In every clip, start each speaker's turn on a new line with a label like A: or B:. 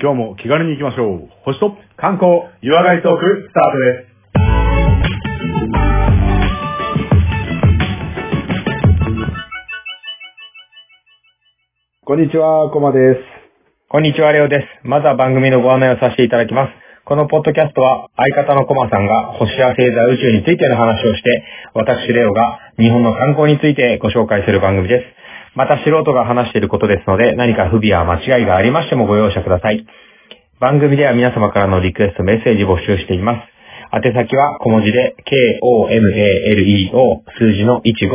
A: 今日も気軽に行きましょう。星と
B: 観光、岩貝トーク、スタートです。
A: こんにちは、コマです。
C: こんにちは、レオです。まずは番組のご案内をさせていただきます。このポッドキャストは、相方のコマさんが星や星座宇宙についての話をして、私、レオが日本の観光についてご紹介する番組です。また、素人が話していることですので、何か不備や間違いがありましてもご容赦ください。番組では皆様からのリクエスト、メッセージ募集しています。宛先は小文字で、k-o-m-a-l-e-o 数字の15、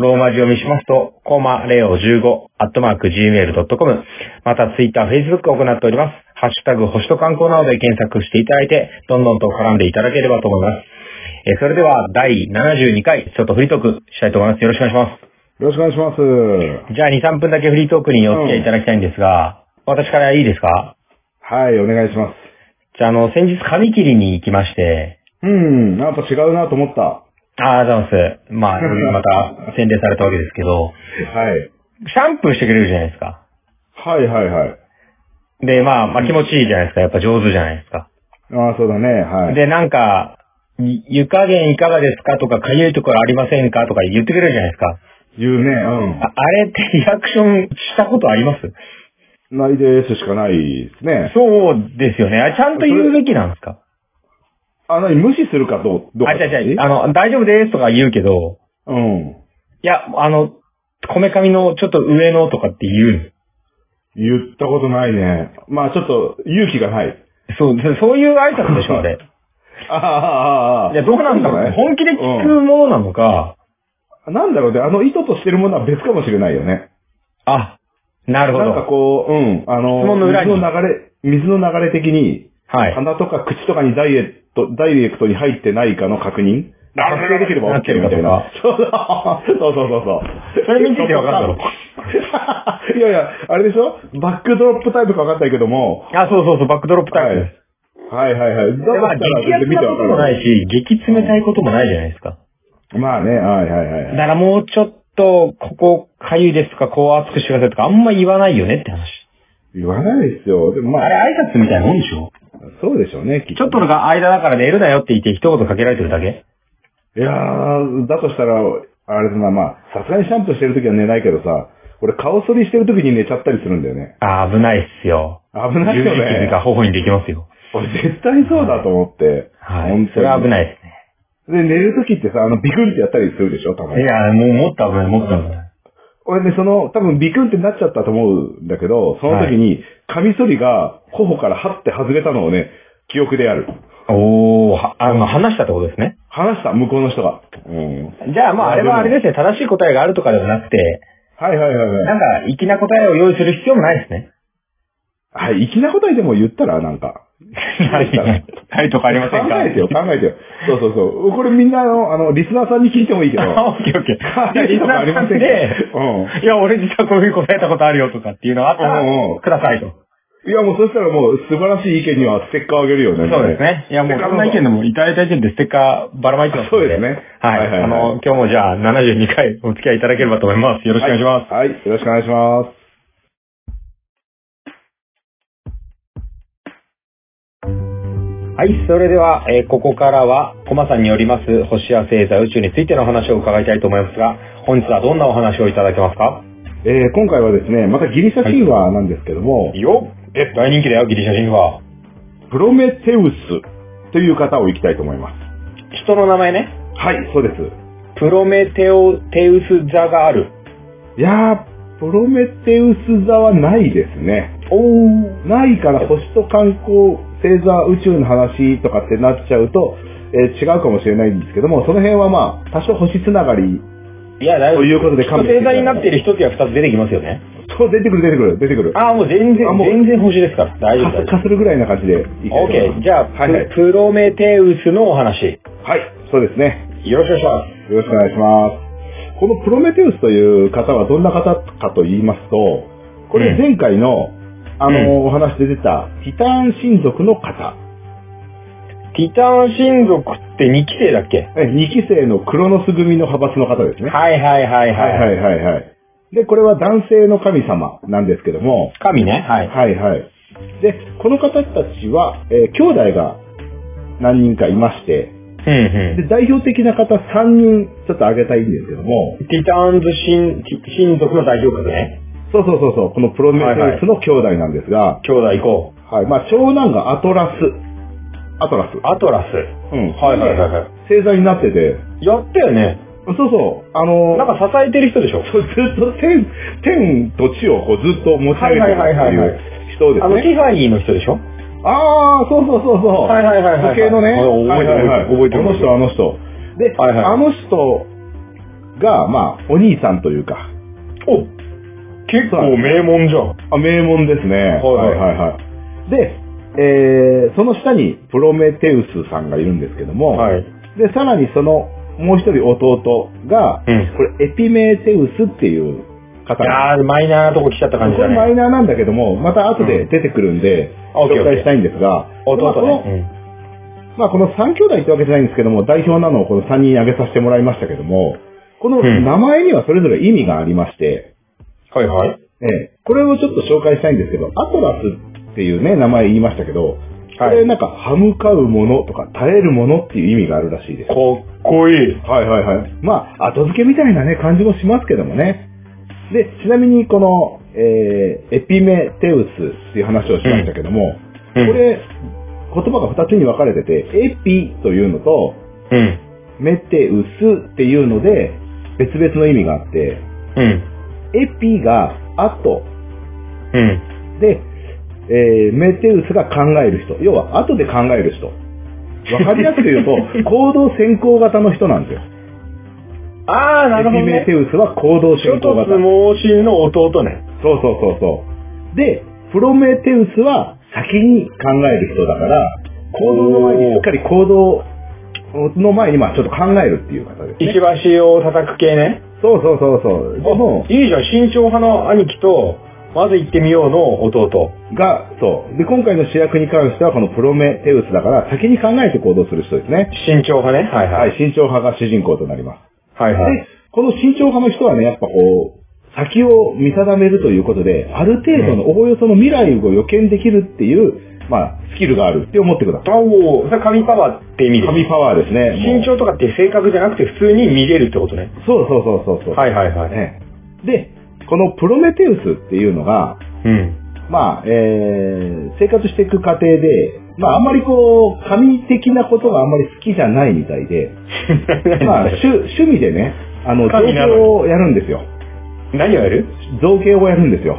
C: ローマ字読みしますと、コマレオ15、アットマーク gmail.com、またツイッター、フェイスブックを行っております。ハッシュタグ、星と観光などで検索していただいて、どんどんと絡んでいただければと思います。えーそれでは、第72回、ちょっとフリートークしたいと思います。よろしくお願いしま
A: よろしくお願いします。
C: す。じゃあ、2、3分だけフリートークにお付き合いいただきたいんですが、私からいいですか
A: はい、お願いします。
C: じゃあ、あの、先日、髪切りに行きまして、
A: うん、なんか違うなと思った。は
C: ああ、ざいます。まあ、また、洗礼されたわけですけど、
A: い。
C: シャンプーしてくれるじゃないですか。
A: はいはいはい。
C: で、まあ、まあ気持ちいいじゃないですか。やっぱ上手じゃないですか。
A: ああ、そうだね、はい。
C: で、なんか、ゆ湯加減いかがですかとか、かゆいところありませんかとか言ってくれるじゃないですか。
A: 言うね、うん。
C: ああれってリアクションしたことあります
A: ないですしかないですね。
C: そうですよね。あちゃんと言うべきなんですか
A: あ、なに、無視するかどう、どうか
C: あ、違う違う。あの、大丈夫ですとか言うけど、
A: うん。
C: いや、あの、こめかみのちょっと上のとかって言う。
A: 言ったことないね。まあちょっと、勇気がない。
C: そう、そういう挨拶でしょ、あれ。
A: ああ、ああ、ああ。
C: いや、どうなんだろうね。
A: そう
C: 本気で聞くものなのか、
A: なんだろうね、あの意図としてるものは別かもしれないよね。
C: あ、なるほ
A: なんか
C: ど。
A: こう、うん、あの、
C: 質問の裏に
A: 水の流れ、水の流れ的に、
C: はい。
A: 鼻とか口とかにダイエット、ダイレクトに入ってないかの確認
C: な
A: 確定できれば
C: なって
A: OK
C: る
A: み
C: か
A: たい
C: ど
A: うな
C: か。
A: そうそうそうそうそう。
C: それ見ててわかるだろう。
A: いやいや、あれでしょバックドロップタイプかわかんないけども。
C: あ、そうそうそう、バックドロップタイプです。
A: はいはいはい。だ。
C: でまあ、激アツなこともないいし、激冷たいこともないじゃないですか。
A: まあね、はいはいは
C: だ
A: い。
C: からもうちょっと、ここ、かゆいですとか、こう熱くしてくださいとか、あんま言わないよねって話。
A: 言わないですよ。でもま
C: あ
A: あ、
C: れ挨拶みたいなもんでしょ
A: そうでしょうね、き
C: ちょっとのが間だから寝るなよって言って一言かけられてるだけ
A: いやー、だとしたら、あれだな、まあ、さすがにシャンプーしてるときは寝ないけどさ、俺顔剃りしてるときに寝ちゃったりするんだよね。
C: あー危ないっすよ。
A: 危ない
C: 十字
A: よ
C: 傷
A: ね。
C: が頬にできますよ。
A: 俺絶対そうだと思って。
C: はい
A: 本。当
C: それは危
A: い。
C: ないですね。
A: で、寝るときってさ、あの、ビクンってやったりするでしょ、多分
C: い。や、もうもっと危ない、もっと危ない。
A: 俺ね、その、多分ビクンってなっちゃったと思うんだけど、その時に、カミソリが頬からハって外れたのをね、記憶である。
C: おー、はあの、話したってことですね。
A: 話した、向こうの人が。うん。
C: じゃあ、まあ、
A: あ
C: あれはあ
A: で
C: れ
A: も
C: ですね。正しい答えがあるとかではなくて、
A: はいはいはいはい。
C: なんか、粋な答えを用意する必要もないですね。
A: はい、粋なことにでも言ったら、なんか。
C: ないないとかありま
A: 考
C: せんか
A: えてよ、考えてよ。そうそうそう。これみんなの、あの、リスナーさんに聞いてもいいけ ど。
C: あ、オッケーオッケ
A: 考
C: ー。
A: え
C: リス
A: とか
C: ナ
A: あり
C: ーさ
A: ま
C: ん
A: せんか
C: で、
A: うん。
C: いや、俺実はこういうふうに答えたことあるよとかっていうのがあった
A: うんうん
C: ら、くださいと。
A: いやもうそしたらもう素晴らしい意見にはステッカーあげるよね。
C: そうです。ね。いや、もうそんな意見でもいただいた時点でステッカーばらまいてます
A: そ
C: の
A: うですね。
C: はい。あの、今日もじゃあ72回お付き合いいただければと思います。よろしくお願いします。
A: す。はい、よろしくお願いします。
C: はい、それでは、えーここからは、コマさんによります星や星座宇宙についてのお話を伺いたいと思いますが、本日はどんなお話をいただけますか
A: えー、今回はですね、またギリシャ神話なんですけども、
C: よえ、大人気だよ、ギリシャ神話。
A: プロメテウスという方を行きたいと思います。
C: 人の名前ね。
A: はい、そうです。
C: プロメテオ、テウス座がある。
A: いやー、プロメテウス座はないですね。
C: おー。
A: ないから星と観光、星座、宇宙の話とかってなっちゃうと、えー違うかもしれないんですけども、その辺はまあ、多少星つながり、
C: いや、だいぶ。
A: ということで
C: 人
A: 勘弁して
C: 星座になっている一つや二つ出てきますよね。
A: そう、出てくる出てくる、出てくる。
C: ああ、もう全然
A: あもう、
C: 全然星ですから。大丈夫、大丈
A: かするぐらいな感じでいきた
C: 夫。オ
A: いと思
C: ッケ
A: いま
C: ー。
A: す。
C: じゃあ、
A: はいはい
C: ププロメテウスのお話。
A: はい、そうですね。
C: よろしくお願いします。
A: よろしくお願いします。このプロメテウスという方はどんな方かと言いますと、これ
C: うん
A: 前回の、あの、
C: う
A: お話で出た、ティターン親族の方、
C: ティターン親族って2期生だっけ
A: え2期生のクロノス組の派閥の方ですね。
C: はいはいは
A: は
C: い
A: い
C: は。
A: はいいはいはい。で、これは男性の神様なんですけども、
C: 神ね。はい。
A: はいはい。で、この方たちは、えー兄弟が何人かいまして、
C: うんう
A: で、代表的な方3人ちょっと挙げたいんですけども、
C: ん。ティターンズ親親族の代表格ね。
A: そうそうそうそう、このプロメテウスの兄弟なんですが、
C: 兄弟行こう。
A: はい、まあ、長男がアトラス。アトラス。
C: アトラス。
A: うん
C: はいはいはいは
A: 星座になってて、
C: い。やったよね。
A: そうそう、あのー
C: なんか支えてる人でしょ
A: そうずっと天、天と地をこうずっと持ち上げてるって
C: はいはいはいいはいう
A: 人で
C: あ
A: す
C: の、
A: ね。
C: ティファニーの人でしょ
A: ああ、そうそうそうそう。
C: はいはいはいはい
A: 時計のね。
C: はい覚えてる
A: はいはいはい
C: 覚えてる覚えてる
A: あの人、あの人。で、
C: はいはい
A: あの人が、まあ、お兄さんというか、
C: お結構名門じゃん。
A: あ名門ですね。
C: はい
A: はいはい。で、えー、その下にプロメテウスさんがいるんですけども、
C: はい。
A: で、さらにその、もう一人弟が、
C: うん
A: これエピメーテウスっていう方
C: い
A: なんです
C: やー、マイナーなとこ来ちゃった感じ
A: こ
C: だ
A: れマ
C: ね。
A: イナーなんだけども、また後で出てくるんで、
C: うん
A: 紹介したいんですが、まあこ
C: 弟
A: の
C: ね。
A: まあこの3兄弟ってわけじゃないんですけども、代表なのをこの3人挙げさせてもらいましたけども、この
C: うん
A: 名前にはそれぞれ意味がありまして、
C: うん。はいはい。
A: ええこれをちょっと紹介したいんですけど、アトラスっていうね、名前言いましたけど、こ
C: はい
A: れなんか、歯向かうものとか、耐えるものっていう意味があるらしいです
C: かっ。こいい。
A: はいはいはい。まあ、後付けみたいなね、感じもしますけどもね。で、ちなみにこの、えー、エピメテウスっていう話をしましたけども、
C: うん
A: これ、言葉が2つに分かれてて、エピというのと、
C: うん。
A: メテウスっていうので、別々の意味があって、
C: うん。
A: エピが後
C: うん。
A: で、えー、メテウスが考える人。要は、後で考える人。分かりやすく言うと、 行動先行型の人なんですよ。
C: あー、な
A: エ
C: る
A: ピ
C: ほど
A: メ
C: ね
A: テ。ウスは行動
C: 諸
A: 先行
C: 突
A: 型。
C: 猛進の弟ね。
A: そうそうそうそう。で、プロメテウスは先に考える人だから、行動の前にしっかり行動の前にまあちょっと考えるっていう方です、ね。
C: 石橋を叩く系ね。
A: そうそうそうそう。でも、
C: いいじゃん、慎重派の兄貴と、まず行ってみようの弟。
A: が、そう。で、今回の主役に関してはこのプロメテウスだから先に考えて行動する人ですね。
C: 慎重派ね。はいは。
A: はいい、慎重派が主人公となります。
C: はいは
A: で
C: い。、
A: この慎重派の人はね、やっぱこう、先を見定めるということで、ある程度のおおよその未来を予見できるっていう、まあ、スキルがあるって思ってください。
C: あおーそれ神パワーって意味です
A: 神パワーですね。もう
C: 身長とかって正確じゃなくて普通に逃げるってことね。
A: そうそうそうそうそう。
C: はいはいはい。
A: ねで、このプロメテウスっていうのが、
C: うん。
A: まあ、えー、生活していく過程で、まあ、あんまりこう、神的なことがあんまり好きじゃないみたい で、まあ、趣趣味でね、あの、造
C: 神なのに
A: 形をやるんですよ。
C: 何をやる
A: 造形をやるんですよ。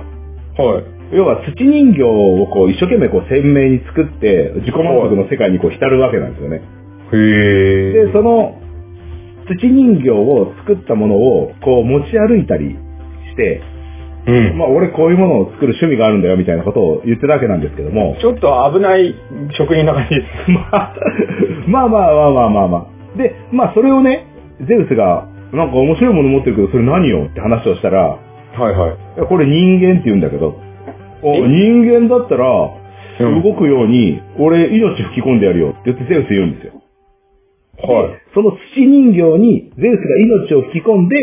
C: はい。
A: 要は土人形をこう一生懸命こう鮮明に作って自己満足の世界にこう浸るわけなんですよね。
C: へ
A: で、その土人形を作ったものをこう持ち歩いたりして、
C: うん。
A: まあ俺こういうものを作る趣味があるんだよみたいなことを言ってたわけなんですけども、
C: ちょっと危ない職人な感じです。
A: まあ、まあまあまあまあまあまあ。で、まあそれをね、ゼウスがなんか面白いもの持ってるけどそれ何よって話をしたら、
C: はいはい。
A: いやこれ人間って言うんだけど、お
C: え
A: 人間だったら、
C: うん
A: 動くように、俺命吹き込んでやるよって言ってゼウス言うんですよ。
C: は
A: その土人形にゼウスが命を吹き込んで、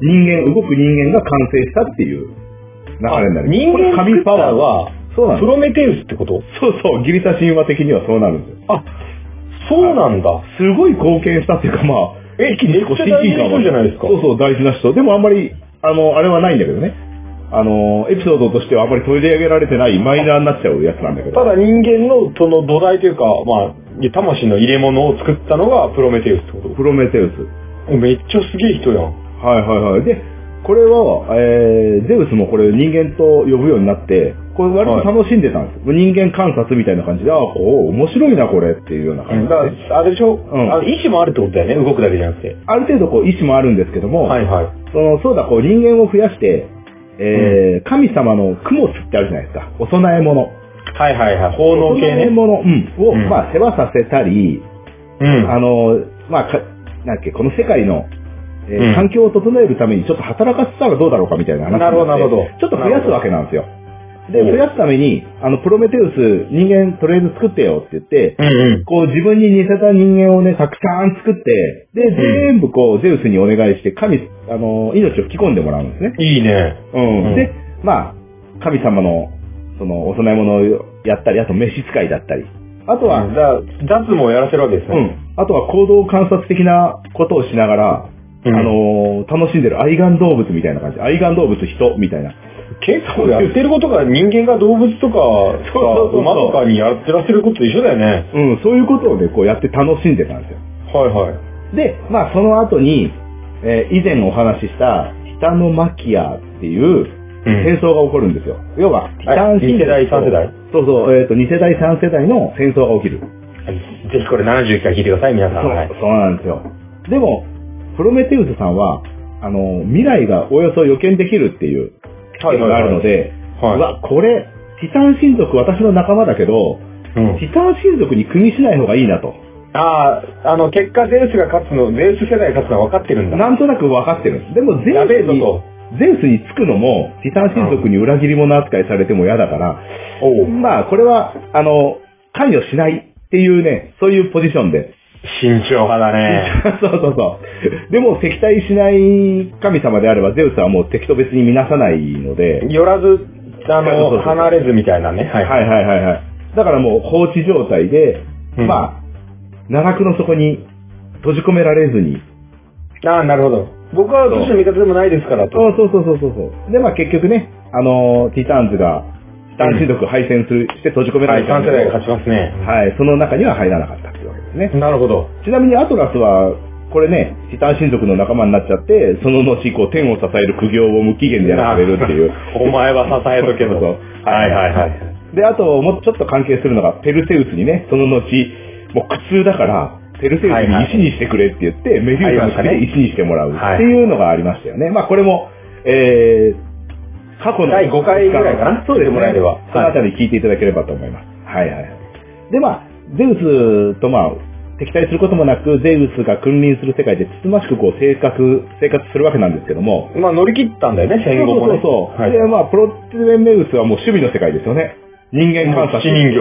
A: 人間、動く人間が完成したっていう流れになります。
C: 人
A: これ
C: 間作ったは、
A: そうなん
C: プ
A: です。
C: ロメテウスってこと
A: そうそう、ギリシャ神話的にはそうなるんですよ。
C: あ、そうなんだ。
A: すごい貢献したっていうか、まあ、
C: え、めっちゃ大事な人じゃないですか。
A: そうそう、大事な人。でもあんまり、あの、あれはないんだけどね。あの、エピソードとしてはあんまり取り上げられてないマイナーになっちゃうやつなんだけど。
C: ただ人間のその土台というか、まあ、魂の入れ物を作ったのがプロメテウスってこと
A: プロメテウス。
C: おめっちゃすげえ人やん。
A: はいはいはい。で、これは、えー、ゼウスもこれ人間と呼ぶようになって、これ割と楽しんでたんです。人間観察みたいな感じで、ああ、こう、面白いなこれっていうような感じ
C: だか
A: で、ね
C: ら、あれでしょ、
A: ん
C: あの意志もあるってことだよね、動くだけじゃなくて。
A: ある程度こう、意志もあるんですけども、
C: はいはい。
A: その、そうだ、こう、人間を増やして、えー神様の供物ってあるじゃないですか。お供え物。
C: はいはいはい。奉納
A: お供
C: 系
A: え
C: ね。
A: 物、うん、を、
C: うん
A: まあ、世話させたり、
C: うん。
A: あの、まあ、かなんだっけ、この世界の、えー
C: うん
A: 環境を整えるためにちょっと働かせたらどうだろうかみたいな話になって
C: なるほどなるほど
A: ちょっと増やすわけなんですよ。で、
C: うん
A: 増やすために、あの、プロメテウス人間とりあえず作ってよって言って、
C: うんうん。
A: こう自分に似せた人間をね、たくさん作って、で、
C: う
A: 全部こう、ゼウスにお願いして、神、あの、命を吹き込んでもらうんですね。
C: いいね。
A: うん。
C: うん
A: で、まあ、神様のその、お供え物をやったり、あと飯使いだったり。あとは、
C: じゃあ、雑務をやらせるわけです
A: う
C: ね。
A: ん。あとは行動観察的なことをしながら、
C: うん
A: あのー楽しんでる愛玩動物みたいな感じ。愛玩動物人みたいな。
C: 結構やってることが人間が動物とかさ
A: そうそうそう
C: 馬とかにやってらせることと一緒だよね。
A: うん、そういうことをね、こうやって楽しんでたんですよ。
C: はいはい。
A: で、まあその後に、えー以前お話しした、ティタノマキアっていう戦争が起こるんですよ。要は、ティタン神
C: 二世代三世代
A: そうそう、えっ、と、2世代3世代の戦争が起きる。
C: ぜひこれ79回聞いてください、皆さん。はい
A: そう、そうなんですよ。でも、プロメテウスさんは、あの、未来がおよそ予見できるっていう
C: はい
A: 点があるので、
C: はいう
A: わ、これ、ティタン親族私の仲間だけど、
C: うん
A: ティタン親族に組みしない方がいいなと。
C: ああ、あの、結果ゼウスが勝つの、ゼウス世代が勝つのは分かってるんだ。
A: なんとなく分かってるんです。でも、ゼ
C: やべ
A: ウ
C: え
A: ス
C: ぞ
A: に
C: と、
A: ゼウスにつくのも、ティタン親族に裏切り者扱いされても嫌だから、
C: おう
A: まあ、これは、あの、関与しないっていうね、そういうポジションで、
C: 慎重派だね。
A: そうそうそう。でも、敵対しない神様であれば、ゼウスはもう敵と別に見なさないので、
C: 寄らず、
A: そ
C: あ
A: うそうそ
C: の、
A: う
C: 離れずみたいなね。は。
A: はいいはいはいはい。だからもう放置状態で、
C: うん
A: まあ、奈落の底に閉じ込められずに、
C: ああ、なるほど。僕はどうして味方でもないですからと。
A: そうそうそうそうそうそう。で、まあ結局ね、あのーティターンズが、ティターン士族敗戦する、して閉じ込めら
C: はい、
A: れたん
C: 3
A: だ
C: 世
A: け
C: 代
A: ど
C: が勝ちますね。
A: はい、その中には入らなかったっていうわけですね。
C: なるほど。
A: ちなみにアトラスは、これね、ティターン親族の仲間になっちゃって、その後以降天を支える苦行を無期限でやらされるっていう。
C: お前は支えとけと。
A: そうそう
C: はいはいはい。
A: で、あと、もうちょっと関係するのが、ペルセウスにね、その後、もう苦痛だから、ペルセウス
C: はいはい
A: に石にしてくれって言って、メデューサの首で石にしてもらう
C: はい
A: っていうのがありましたよね。まあ、これも、えー、過去の。
C: 第五回ぐらいかな
A: そうですね。
C: 聞いてもらえればはい
A: そのあたり聞いていただければと思います。はいはいはい。で、まあ、ゼウスとまあ、敵対することもなく、ゼウスが君臨する世界でつつましくこう生活、生活するわけなんですけども、
C: まあ乗り切ったんだよね、戦後もね。
A: そうそうそう。
C: はい
A: で、まあ、プロテメメウスはもう守備の世界ですよね。人間観察。
C: 七人形。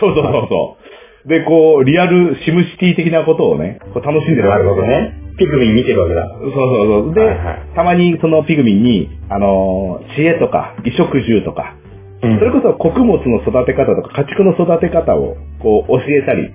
A: そうそうそうそう。で、こう、リアルシムシティ的なことをね、こう楽しんでる
C: な
A: わけ
C: る
A: です
C: ほど。ね。ピクミン見てるわけだ。
A: そうそうそう。で、
C: はいはい
A: たまにそのピグミンに、あのー知恵とか、衣食住とか、
C: う
A: それこそ穀物の育て方とか、家畜の育て方を、こう、教えたり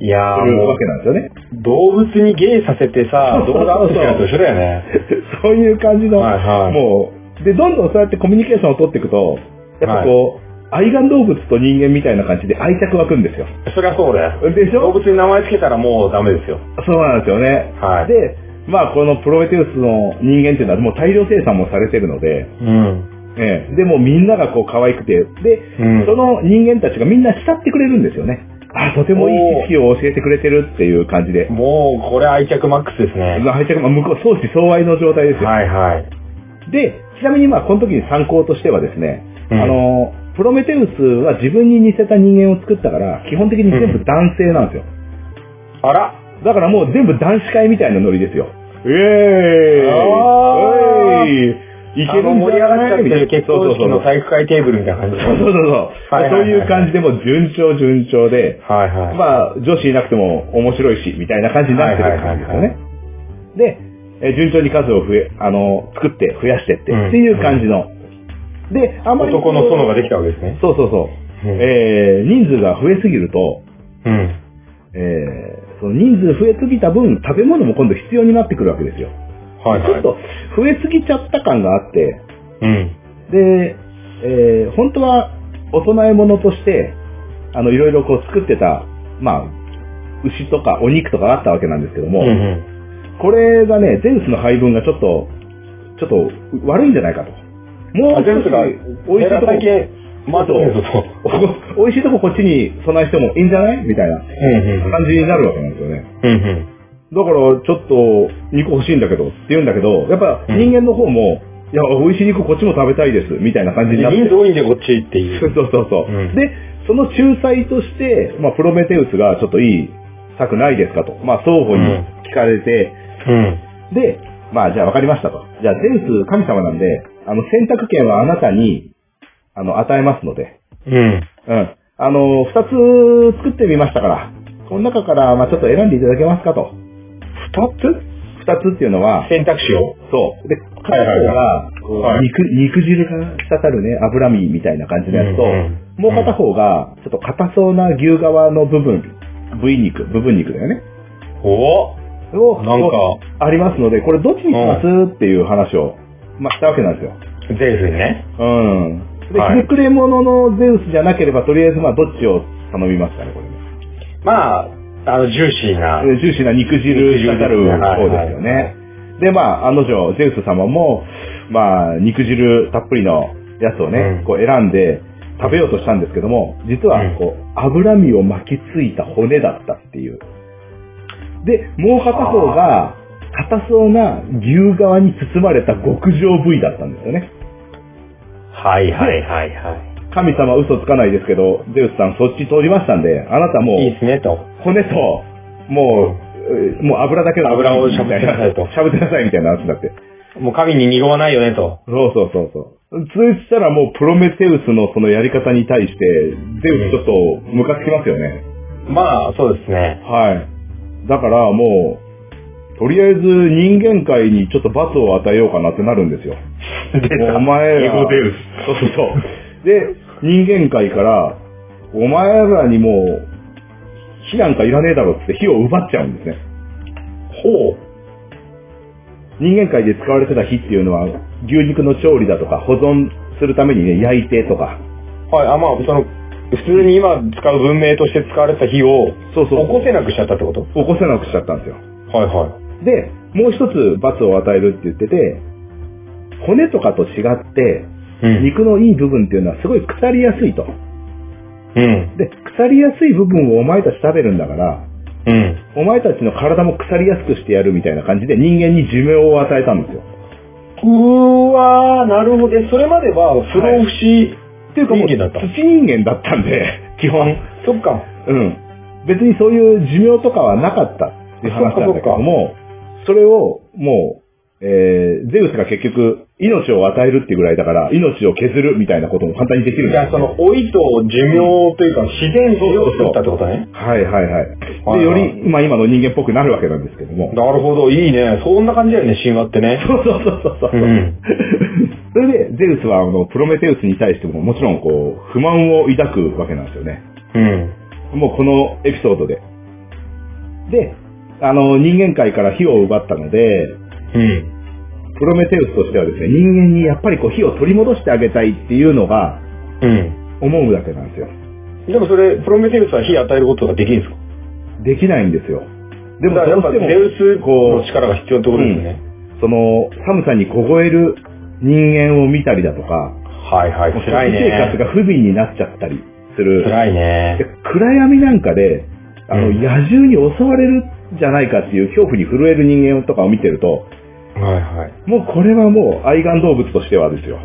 C: いや
A: す
C: ー
A: る
C: も
A: わけなんですよね。
C: う、動物に芸させてさ、
A: そう
C: 動
A: そうそうそう
C: 画アウトしてると一緒だよね。
A: そういう感じの、
C: はいはい
A: もう、で、どんどんそうやってコミュニケーションを取っていくと、やっぱこう、愛玩動物と人間みたいな感じで愛着湧くんですよ。
C: そりゃそうだよ。
A: でし
C: 動
A: ょ
C: 物に名前つけたらもうダメですよ。
A: そうなんですよね。
C: はい
A: で、まあこのプロメテウスの人間っていうのはもう大量生産もされてるので、
C: うん。
A: ええでもうみんながこう可愛くて、で、
C: うん
A: その人間たちがみんな慕ってくれるんですよね。あ、とてもいい知識を教えてくれてるっていう感じで。
C: もう、これ愛着マックスですね。
A: 愛着、まあ向こう、相思相愛の状態ですよ。
C: はいはい。
A: で、ちなみにまあこの時に参考としてはですね、
C: うん
A: あの、プロメテウスは自分に似せた人間を作ったから、基本的に全部男性なんですよ。
C: あら
A: だからもう全部男子会みたいなノリですよ。ええ
C: あー
A: えいい
C: あの盛り上がっちゃってる結婚式の
A: そう
C: 体育会テーブルみたいな感じ
A: そうそうそうそう
C: はいはいはいは
A: そう
C: い
A: いう感じでもう順調順調で、
C: はいはい。
A: まあ女子いなくても面白いし、みたいな感じになってる感じですよ
C: はいは
A: ね。で、えー順調に数を増え、あの、作って増やしてって、
C: うん
A: っていう感じの。で、あんまりこう。
C: 男の園ができたわけですね。
A: そうそうそう。
C: うん
A: えー人数が増えすぎると、
C: うん。
A: えーその人数増えすぎた分、食べ物も今度必要になってくるわけですよ。
C: はい
A: ちょ
C: は
A: っ
C: い。
A: と増えすぎちゃった感があって、
C: うん。
A: で、えー本当はお供え物として、あの、いろいろこう作ってた、まあ、牛とかお肉とかあったわけなんですけども、
C: うんうん。
A: これがね、ゼウスの配分がちょっと、ちょっと悪いんじゃないかと。もう
C: あ、
A: 少し
C: 全部が、
A: 美味しいとこ
C: 最、近、待ってるぞと。
A: お 美味しいとここっちに備えしてもいいんじゃないみたいな
C: うんうん。
A: 感じになるわけなんですよね。
C: うんうん。
A: だから、ちょっと、肉欲しいんだけど、って言うんだけど、やっぱ人間の方も、いや、美味しい肉こっちも食べたいです、みたいな感じになって
C: 人。数多いんでこっちってい
A: そう
C: う。
A: そうそうそう、
C: うん
A: で、その仲裁として、まあ、プロメテウスがちょっといい策ないですかと、まあ、双方に聞かれて、
C: うん。
A: で、まあ、じゃあ分かりましたと。じゃあ、ゼウス神様なんで、あの、選択権はあなたに、あの、与えますので、
C: うん。
A: うん。あの、二つ作ってみましたから、この中から、まあ、ちょっと選んでいただけますかと。
C: 二つ
A: 二二つっていうのは、
C: 選択肢を。
A: そう。で、片
C: いはい
A: 方が、
C: はい
A: 肉、肉汁が滴るね、脂身みたいな感じのやつと、
C: うんうん
A: もう片方が、ちょっと硬そうな牛側の部分、部位肉、部分肉だよね。
C: お
A: を
C: おなんか、
A: ありますので、これどっちにしますっていう話を、まあ、したわけなんですよ。
C: ゼウスにね。
A: うん。で、
C: はい
A: ひねくれ者のゼウスじゃなければ、とりあえず、まあ、どっちを頼みますかね、これね。
C: まあ、あの、ジューシーな。
A: ジューシーな肉汁滴る方ですよね。で、まあ、あの女、ゼウス様も、まあ、肉汁たっぷりのやつをね、
C: うん
A: こう選んで食べようとしたんですけども、実は
C: うん、
A: こう、脂身を巻きついた骨だったっていう。で、もう片方が、硬そうな牛側に包まれた極上部位だったんですよね。
C: はいはいはいはい。
A: 神様嘘つかないですけど、ゼウスさんそっち通りましたんで、あなたもう
C: いいですね、と。
A: 骨と、もう、えーもう油だけの
C: 油をしゃぶってくださいと
A: しゃぶってくださいみたいな話になって。
C: もう神に二言はないよね、と。
A: そうそうそうそう。通知したらもうプロメテウスのそのやり方に対して、ゼウスちょっとムカつきますよね。
C: まあ、そうですね。
A: はい。だからもう、とりあえず人間界にちょっと罰を与えようかなってなるんですよ。もうお前
B: エ
A: ら。
B: ゴゼウ
A: そうそうそう。で、人間界から、お前らにもう、火なんかいらねえだろっつって火を奪っちゃうんですね。
C: ほう。
A: 人間界で使われてた火っていうのは、牛肉の調理だとか、保存するためにね、焼いてとか。
C: はい、あ、まあ、その、普通に今使う文明として使われてた火を、
A: そうそう
C: 起こせなくしちゃったってこと
A: 起こせなくしちゃったんですよ。
C: はいはい。
A: で、もう一つ罰を与えるって言ってて、骨とかと違って、
C: うん。
A: 肉のいい部分っていうのはすごい腐りやすいと。
C: うん。
A: で、腐りやすい部分をお前たち食べるんだから、
C: うん。
A: お前たちの体も腐りやすくしてやるみたいな感じで人間に寿命を与えたんですよ。
C: うーわー、なるほど。えそれまでは不老不死
A: っていうかもう
C: 人間だった
A: 土人間だったんで、基本。
C: そっか。
A: うん。別にそういう寿命とかはなかったっていう話なんだけども、それをもう、えー、ゼウスが結局、命を与えるっていうぐらいだから、命を削るみたいなことも簡単にできるん
C: じ
A: だ
C: ゃ
A: よ
C: あ、その、老いと寿命というか、自然寿命を作ったってことね。
A: はいはい
C: は
A: はい。
C: い
A: で、よ
C: はい
A: り、まあ今の人間っぽくなるわけなんですけども。
C: なるほど、いいね。そんな感じだよね、神話ってね。
A: そうそうそうそうそう。
C: ん。
A: それで、ゼウスは、あの、プロメテウスに対しても、もちろん、こう、不満を抱くわけなんですよね。
C: うん。
A: もうこのエピソードで。で、あの、人間界から火を奪ったので、
C: うん。
A: プロメテウスとしてはですね、人間にやっぱりこう火を取り戻してあげたいっていうのが
C: うん。
A: 思うだけなんですよ。
C: でもそれ、プロメテウスは火与えることができるんですか
A: できないんですよ。でも
C: だからや
A: どう
C: っぱ
A: して
C: ゼ
A: も、
C: ウス
A: こ
C: の力が必要なところですね。
A: う、その、寒さに凍える人間を見たりだとか、
C: はいはい。
A: もう
C: 辛い
A: 生活
C: ね。
A: が不憫になっちゃったりする。
C: 辛いね
A: で。暗闇なんかで、あの、
C: うん
A: 野獣に襲われるんじゃないかっていう恐怖に震える人間とかを見てると、
C: はいはい。
A: もうこれはもう愛玩動物としてはですよ。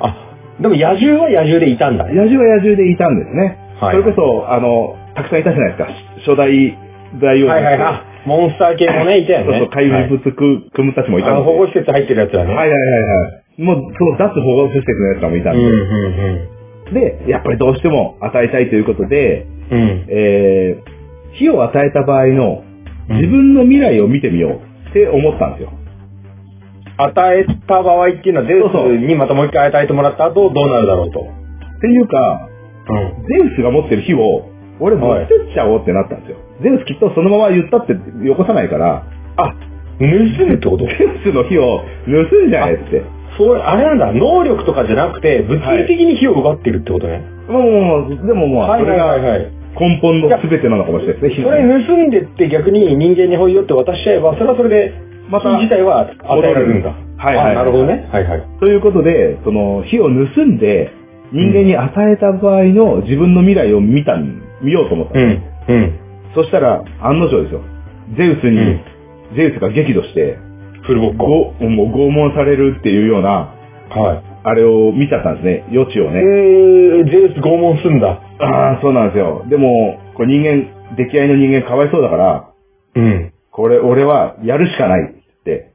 C: あ、でも野獣は野獣でいたんだね。
A: 野獣は野獣でいたんですね。
C: はい
A: それこそ、あの、たくさんいたじゃないですか。初代大王
C: はいはい
A: は
C: はい。モンスター系も ね、いた
A: い
C: よ
A: そう
C: ね。
A: そう、怪
C: はい
A: 物く、組むたちもいた
C: あの、
A: んで
C: 保護施設入ってるやつだね。
A: はいはいはいはい。もう、そう、脱保護施設のやつらもいたん
C: うん
A: で、
C: う
A: で、やっぱりどうしても与えたいということで、
C: んうん。うん。
A: えー、火を与えた場合の自分の未来を見てみようって思ったんですよ。
C: 与えた場合っていうのは、ゼ
A: そうそう
C: ウスにまたもう一回与えてもらった後、どうなるだろうと。
A: っていうか、
C: うん。
A: ゼウスが持ってる火を、俺持ってっちゃおうってなったんですよ。ゼウスきっとそのまま言ったってよこさないから、
C: あ、盗むってこと
A: ゼウスの火を盗んじゃえって。
C: そう、あれなんだ、能力とかじゃなくて、物理的に火を奪ってるってことね。
A: まあもう、でもまあ、それ
C: はい
A: が
C: はいはい。
A: 根本の全てなのかもしれないです
C: そ
A: ね。
C: れ盗んでって逆に人間にほいよって渡しちゃえば、それはそれで、
A: ま
C: ま
A: た
C: た自体は与えられるんだ。
A: はいはい
C: あなるほどね。はいはい。
A: ということで、その、火を盗んで、人間に与えた場合の自分の未来を見た、見ようと思った。
C: うん。うん。
A: そしたら、案の定ですよ。ゼウスに、
C: うん
A: ゼウスが激怒して、
C: フルボッコ。
A: ごもう拷問されるっていうような、
C: はい。
A: あれを見ちゃったんですね。余地を
C: え
A: ね。
C: ー、ゼウス拷問すんだ。
A: ああ、そうなんですよ。でも、これ人間、出来合いの人間かわいそうだから、
C: うん。
A: これ俺はやるしかないって。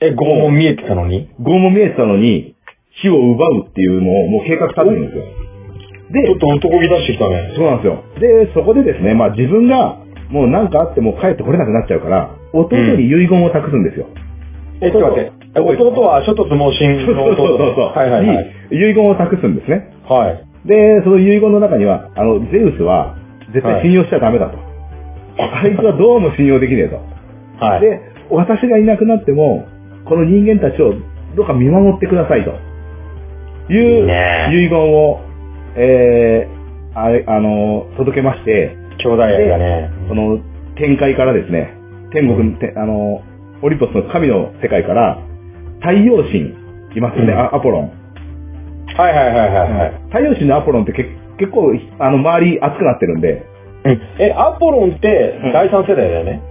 C: え、拷問見えてたのに
A: 拷問見えてたのに、火を奪うっていうのをもう計画立てるんですよ。
C: ちょ
A: で、
C: っと男気出してきたね。
A: そうなんですよ。で、そこでですね、まあ自分がもう何かあっても帰ってこれなくなっちゃうから、弟に遺言を託すんですよ。
C: え、ちょっと待って。え弟は、諸突猛 進
A: そう
C: の
A: そう
C: 弟。
A: そうそう。
C: はいはいはい。
A: に遺言を託すんですね。
C: はい。
A: で、その遺言の中には、あの、ゼウスは絶対信用しちゃダメだ と。あいつはどうも信用できねえと。
C: はい。
A: で、私がいなくなっても、この人間たちをどうか見守ってくださいと。い
C: いうね
A: 遺言を、えー、あれ、あの、届けまして、
C: 兄弟愛がね。
A: その、天界からですね、天国の、てあの、オリンポスの神の世界から、太陽神、いますよね、
C: うん
A: あアポロン。
C: はいはいはいはいはい。
A: 太陽神のアポロンってけ結構、あの、周り熱くなってるんで、
C: うん。え、アポロンって
A: うん
C: 第三世代だよね。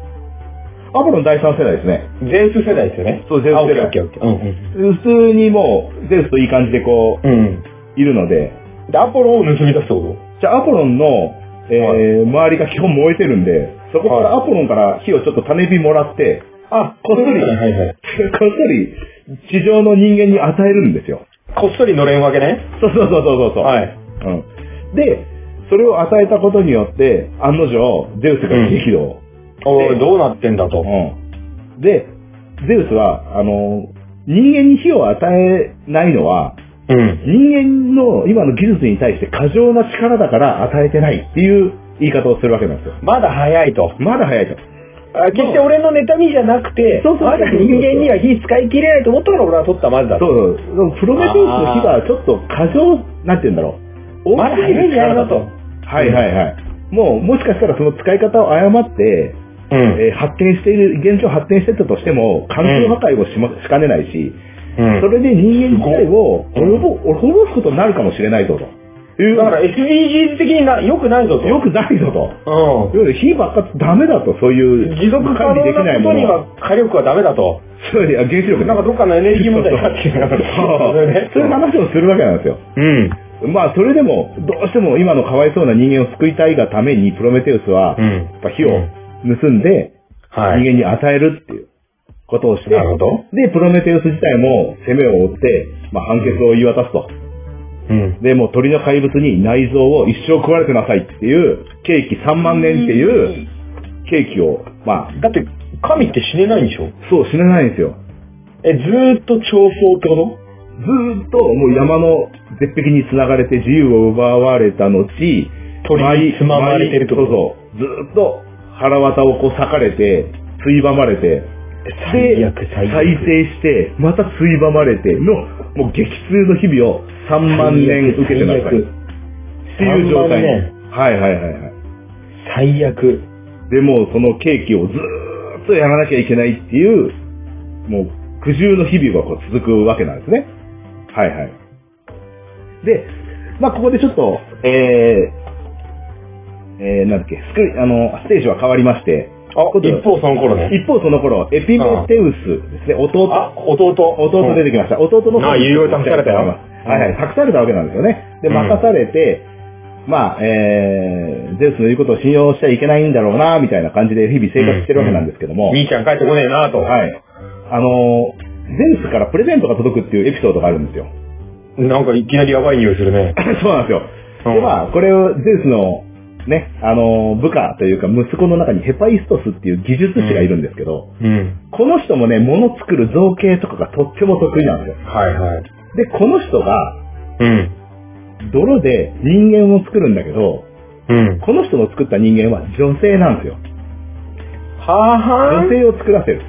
A: アポロン第3世代ですね。
C: ゼウス世代ですよね。
A: そうゼウス世代
C: あオッケーオッケーオッケー。
A: 普通にもう、ゼウスといい感じでこ
C: うん。うん。
A: う、いるので、
C: で、アポロンを盗み出すってこ
A: じゃあアポロンの、えー周りが基本燃えてるんで、そこからアポロンから火をちょっと種火もらって、
C: とあ、
A: こっそり
C: はいはいはい。
A: こっそり地上の人間に与えるんですよ。
C: こっそり乗れんわけね。
A: そうそうそうそうそう。
C: はい。
A: うん、で、それを与えたことによって、案の定、ゼウスが激怒。
C: おい、
A: で
C: どうなってんだと。
A: うん。で、ゼウスは、あの、人間に火を与えないのは、
C: うん。
A: 人間の今の技術に対して過剰な力だから与えてないっていう言い方をするわけなんですよ。
C: まだ早いと。
A: まだ早いと。
C: あ決して俺の妬みじゃなくて、
A: そうそう
C: まだ人間には火使い切れないと思ったから俺は取ったまずだ
A: そ
C: と。
A: うそう。プロメテウスの火がちょっと過剰、なんて言うんだろう。
C: まだ早いんじゃないのと。
A: はいはいはい。もう、もしかしたらその使い方を誤って、
C: う
A: えー
C: ん。
A: 発展している、現状発展してたとしても、環境破壊をし,、ま、しかねないし、
C: うん
A: それで人間自体を
C: すご
A: 滅
C: い
A: ぼ滅ぼすことになるかもしれないぞと。いう
C: だから SDGs 的にな良くないぞと。
A: よくないぞと。
C: う
A: いわゆる火ばっかダメだと、そうい
C: ん。
A: う。
C: 持続可能なことには火力はダメだと。
A: そういや、原子力ね
C: なんかどっかのエネルギー問題になってきてる
A: そう
C: それね
A: そういう話をするわけなんですよ。
C: うん。
A: まあ、それでも、どうしても今のかわいそうな人間を救いたいがために、プロメテウスは、
C: う
A: や
C: ん。
A: っぱ火を盗んで、人
C: はい。
A: 間に与えるっていうことをして、
C: なるほど。
A: で、プロメテウス自体も攻めを追って、まあ、判決を言い渡すと。
C: うん。
A: で、もう鳥の怪物に内臓を一生食われてなさいっていう、ケーキ3万年っていう、ケーキを、まあ、
C: だって、神って死ねないんでしょ
A: そう死ねないんですよ。
C: え、ずーっと調創ってこ
A: ずーっともう山の絶壁に繋がれて自由を奪われた後、鳥
C: 鳥につままれてるってこと
A: そうそう。ずーっと腹綿をこう裂かれて、ついばまれて、
C: と
A: 最悪再生して、またついばまれての、もう激痛の日々を3万年受けてなさい。っていう状態に。はいはいはいはい。
C: 最悪。
A: でもうそのケーキをずーっとやらなきゃいけないっていう、もう苦渋の日々がこう続くわけなんですね。はいはい。で、まあここでちょっと、えー、えー、なんだっけ、スクあの、ステージは変わりまして、
C: あ、一方その頃ね。
A: 一方その頃、エピメテウスですね、弟、
C: あ、弟。
A: 弟出てきました。弟の
C: ああ遺言託されたよ
A: はいはい、託されたわけなんですよね。で、
C: うん
A: 任されて、まあ、えー、ゼウスの言うことを信用しちゃいけないんだろうな、みたいな感じで日々生活してるわけなんですけども、
C: 兄ちゃん帰ってこねえなと。
A: はい。あのー、ゼウスからプレゼントが届くっていうエピソードがあるん ですよ。
C: なんかいきなりやばい匂いするね。
A: そうなんですよ。
C: うん
A: で、まあ、これをゼウスの、ね、あのー、部下というか息子の中にヘパイストスっていう技術士がいるんですけど、
C: うん。
A: この人もね、物作る造形とかがとっても得意なんですよ。
C: はいはい。
A: で、この人が、
C: うん。
A: 泥で人間を作るんだけど、
C: うん。
A: この人の作った人間は女性なんですよ。
C: はあは
A: 女性を作らせる。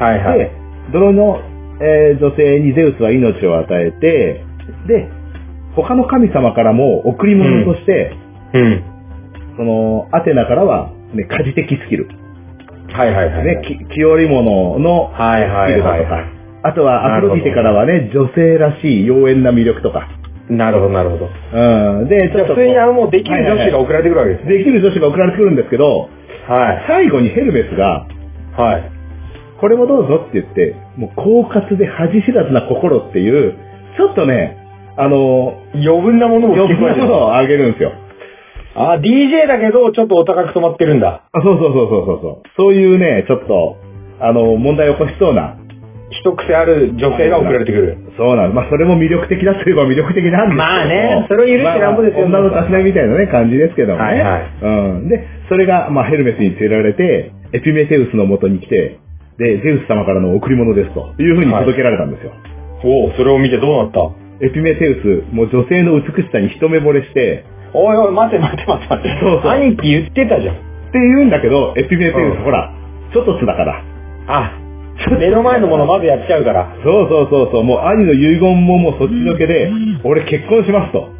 C: あ。はいはい
A: で。、泥の、えー女性にゼウスは命を与えて、で、他の神様からも贈り物として、
C: うん。
A: その、アテナからは、ね、家事的スキル。
C: はいはいはい。
A: ね、き着織物の
C: はい
A: ス
C: は
A: キ
C: い
A: ルだ
C: は
A: と
C: い
A: か、
C: は
A: あとはア
C: な
A: フ
C: るほ
A: ロ
C: ど
A: ディテからはね、女性らしい妖艶な魅力とか。
C: い。なるほどなるほど。
A: うん。で、ち
C: じ
A: ょ
C: ゃあ
A: っとこ
C: 普
A: う
C: 通にあのもうできる女子が送られてくるわけですね。
A: できる女子が送られてくるんですけど、
C: はい。
A: 最後にヘルメスが、
C: はい。
A: これもどうぞって言って、もう狡猾で恥知らずな心っていう、ちょっとね、あの、
C: 余分なものも
A: 洋
C: 聞
A: 服
C: こえて
A: の
C: る。
A: をあげるんですよ。
C: あ、DJ だけど、ちょっとお高く止まってるんだ。
A: あそうそうそうそうそうそう。そういうね、ちょっと、あの、問題を起こしそうな
C: 一癖ある女性が送られてくる。
A: そうなんです。まあ、それも魅力的だといえば魅力的なんですけども
C: まあねそれを許してなんぼですよ
A: まあまあ女のたしなみみたいなね、感じですけどもね。
C: はいはい
A: うん。で、それが、まあ、ヘルメスに連れられて、エピメテウスの元に来て、で、ゼウス様からの贈り物ですというふうに届けられたんですよ。
C: おお、それを見てどうなった
A: エピメテウス、もう女性の美しさに一目惚れして、
C: おいおい、待て待て待て待て。
A: そうそう
C: 兄貴言ってたじゃん。
A: って言うんだけど、エピメテウ
C: う
A: ス、
C: ん
A: ほら、ちょっとつだから。
C: あ、目の前のものまずやっちゃうから。
A: そうそうそうそう、もう兄の遺言ももうそっちのけで、俺結婚しますと。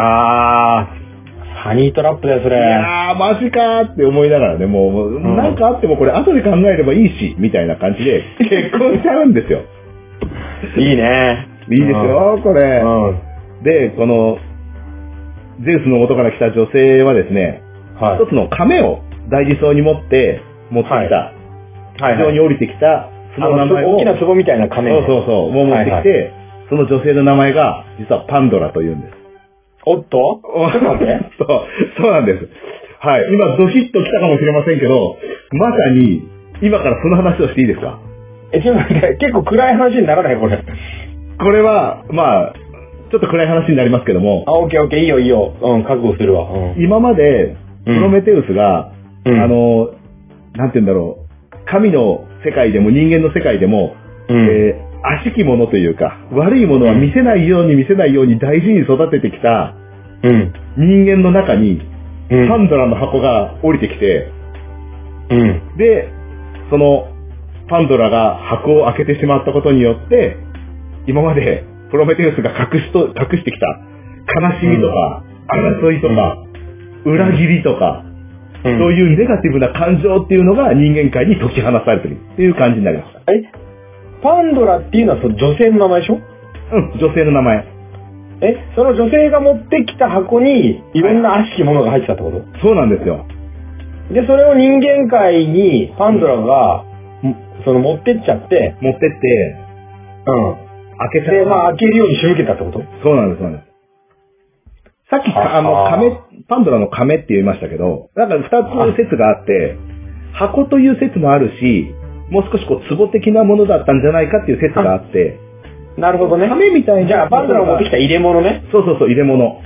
C: あー、ハニートラップだよ、そ
A: い
C: れ。
A: やー、マジかーって思いながらね、もうもう、
C: ん
A: なんかあってもこれ後で考えればいいし、みたいな感じで、結婚しちゃうんですよ。
C: いいね。
A: いいですよ、これ
C: う。ん。うん。
A: で、この、ゼウスの元から来た女性はですね、
C: はい。
A: 一つの亀を大事そうに持って、持ってきた、
C: はい、
A: 地上に降りてきた、そ
C: あ
A: の名
C: の、
A: 前を、
C: 大きな壺みたいな
A: そう
C: 亀。
A: そうそう、もう持ってきて、その女性の名前が、実はパンドラというんです。
C: おっと
A: そう、 そうなんです。はい。今、ドヒッと来たかもしれませんけど、まさに、今からその話をしていいですか
C: え、ちょっと待って、結構暗い話にならないこれ。
A: これは、まあ、ちょっと暗い話になりますけども、
C: あ、オッケーオッケー、いいよいいよ。うん、覚悟するわ。うん。
A: 今まで、プロメテウスが、
C: うん
A: あの、なんて言うんだろう、神の世界でも人間の世界でも、
C: うん。
A: えー悪しきものというか、悪いものは見せないように見せないように大事に育ててきた
C: うん。
A: 人間の中に、
C: うん
A: パンドラの箱が降りてきて、
C: うん。
A: で、その、パンドラが箱を開けてしまったことによって、今までプロメテウスが隠しと、隠してきた悲しみとか、争いとか、裏切りとか、
C: う。
A: そうんいうネガティブな感情っていうのが人間界に解き放されてるっていう感じになりました。
C: え、パンドラっていうのはその女性の名前でしょ
A: うん、女性の名前。
C: え、その女性が持ってきた箱に、いろんな悪しきものが入ってたってこと、
A: そうなんですよ。
C: で、それを人間界にパンドラが、んその持ってっちゃって、
A: 持ってって、
C: う
A: 開け
C: ん。
A: ちゃ
C: で、
A: う。
C: まあ開けるように仕向けたってこと
A: そうなんです、そうなんです。さっきか、あの、
C: はは
A: 亀、パンドラの亀って言いましたけど、なんか二つ説があって、箱という説もあるし、もう少しこう、壺的なものだったんじゃないかっていう説があって、
C: なるほどね。
A: 亀みたいな。
C: じゃあ、パンドラを持ってきた入れ物ね。
A: そうそうそう、入れ物。はい。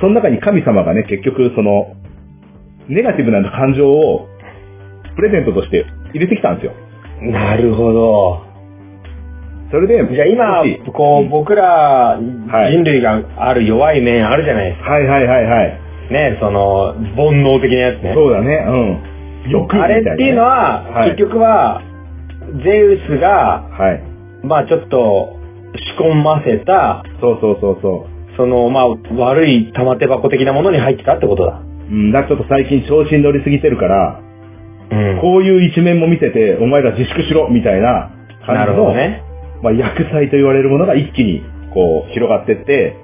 A: その中に神様がね、結局、その、ネガティブな感情を、プレゼントとして入れてきたんですよ。
C: なるほど。
A: それで、
C: じゃあ今
A: 少し、
C: こう、僕ら
A: はい
C: 人類がある弱い面あるじゃないですか。
A: はいはいはいはい。
C: ね、その、煩悩的なやつね。
A: そうだね、うん。欲み
C: あ
A: た
C: れ
A: い
C: っ
A: なね、
C: ていうのは、
A: はい
C: 結局は、ゼウスが、
A: はい。
C: まあちょっと、仕込ませた、
A: そうそうそうそう。
C: その、まあ悪い玉手箱的なものに入ってたってことだ。
A: うん、だからちょっと最近調子に乗りすぎてるから、
C: うん。
A: こういう一面も見せて、お前ら自粛しろみたいな
C: な
A: 感
C: る
A: じ
C: ほ
A: の、
C: どね。
A: まあ、薬剤と言われるものが一気にこう広がってって、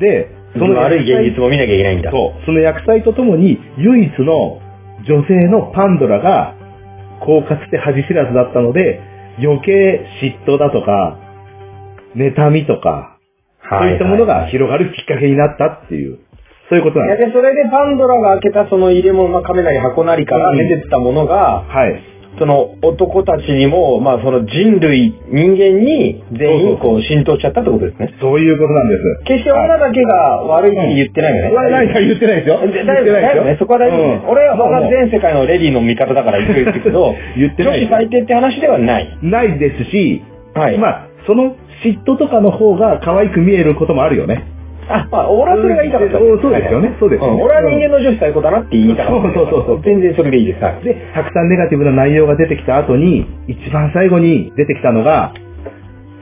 A: で、
C: 悪い現
A: 実
C: 実も見なきゃいけないんだ。
A: そう、その薬剤とともに、唯一の女性のパンドラが、狡猾で恥知らずだったので、余計嫉妬だとか、妬みとか、そ
C: は
A: ういったもの
C: は
A: が広がるきっかけになったっていう、そういうことなん
C: いや
A: です。
C: で、それでパンドラが開けたその入れ物、まあ、カメラに箱なりから出てったものが、
A: はい。
C: その男たちにも、まあその人類、人間に全員こう浸透しちゃったってことですね。
A: そういうことなんです。
C: 決して女だけが悪いって言ってないよね。
A: 俺ないか言ってないですよ。
C: 大丈夫大丈夫ね。そこは大丈夫ね。
A: うん
C: 俺は、
A: もう
C: 俺
A: も
C: は
A: う、
C: 全世界のレディーの味方だから言ってるけど
A: 言ってない
C: 女子最低って話ではない。
A: ないですし、
C: はい。
A: まあ、その嫉妬とかの方が可愛く見えることもあるよね。
C: あ、まあ、俺はそれが言いたかったん
A: うんそうですよねそうですよね
C: ん俺は人間の女子最高だなって言いたかっ
A: そうそ
C: た。
A: うそうそう
C: 全然それでいいです。はい。
A: で、たくさんネガティブな内容が出てきた後に、一番最後に出てきたのが、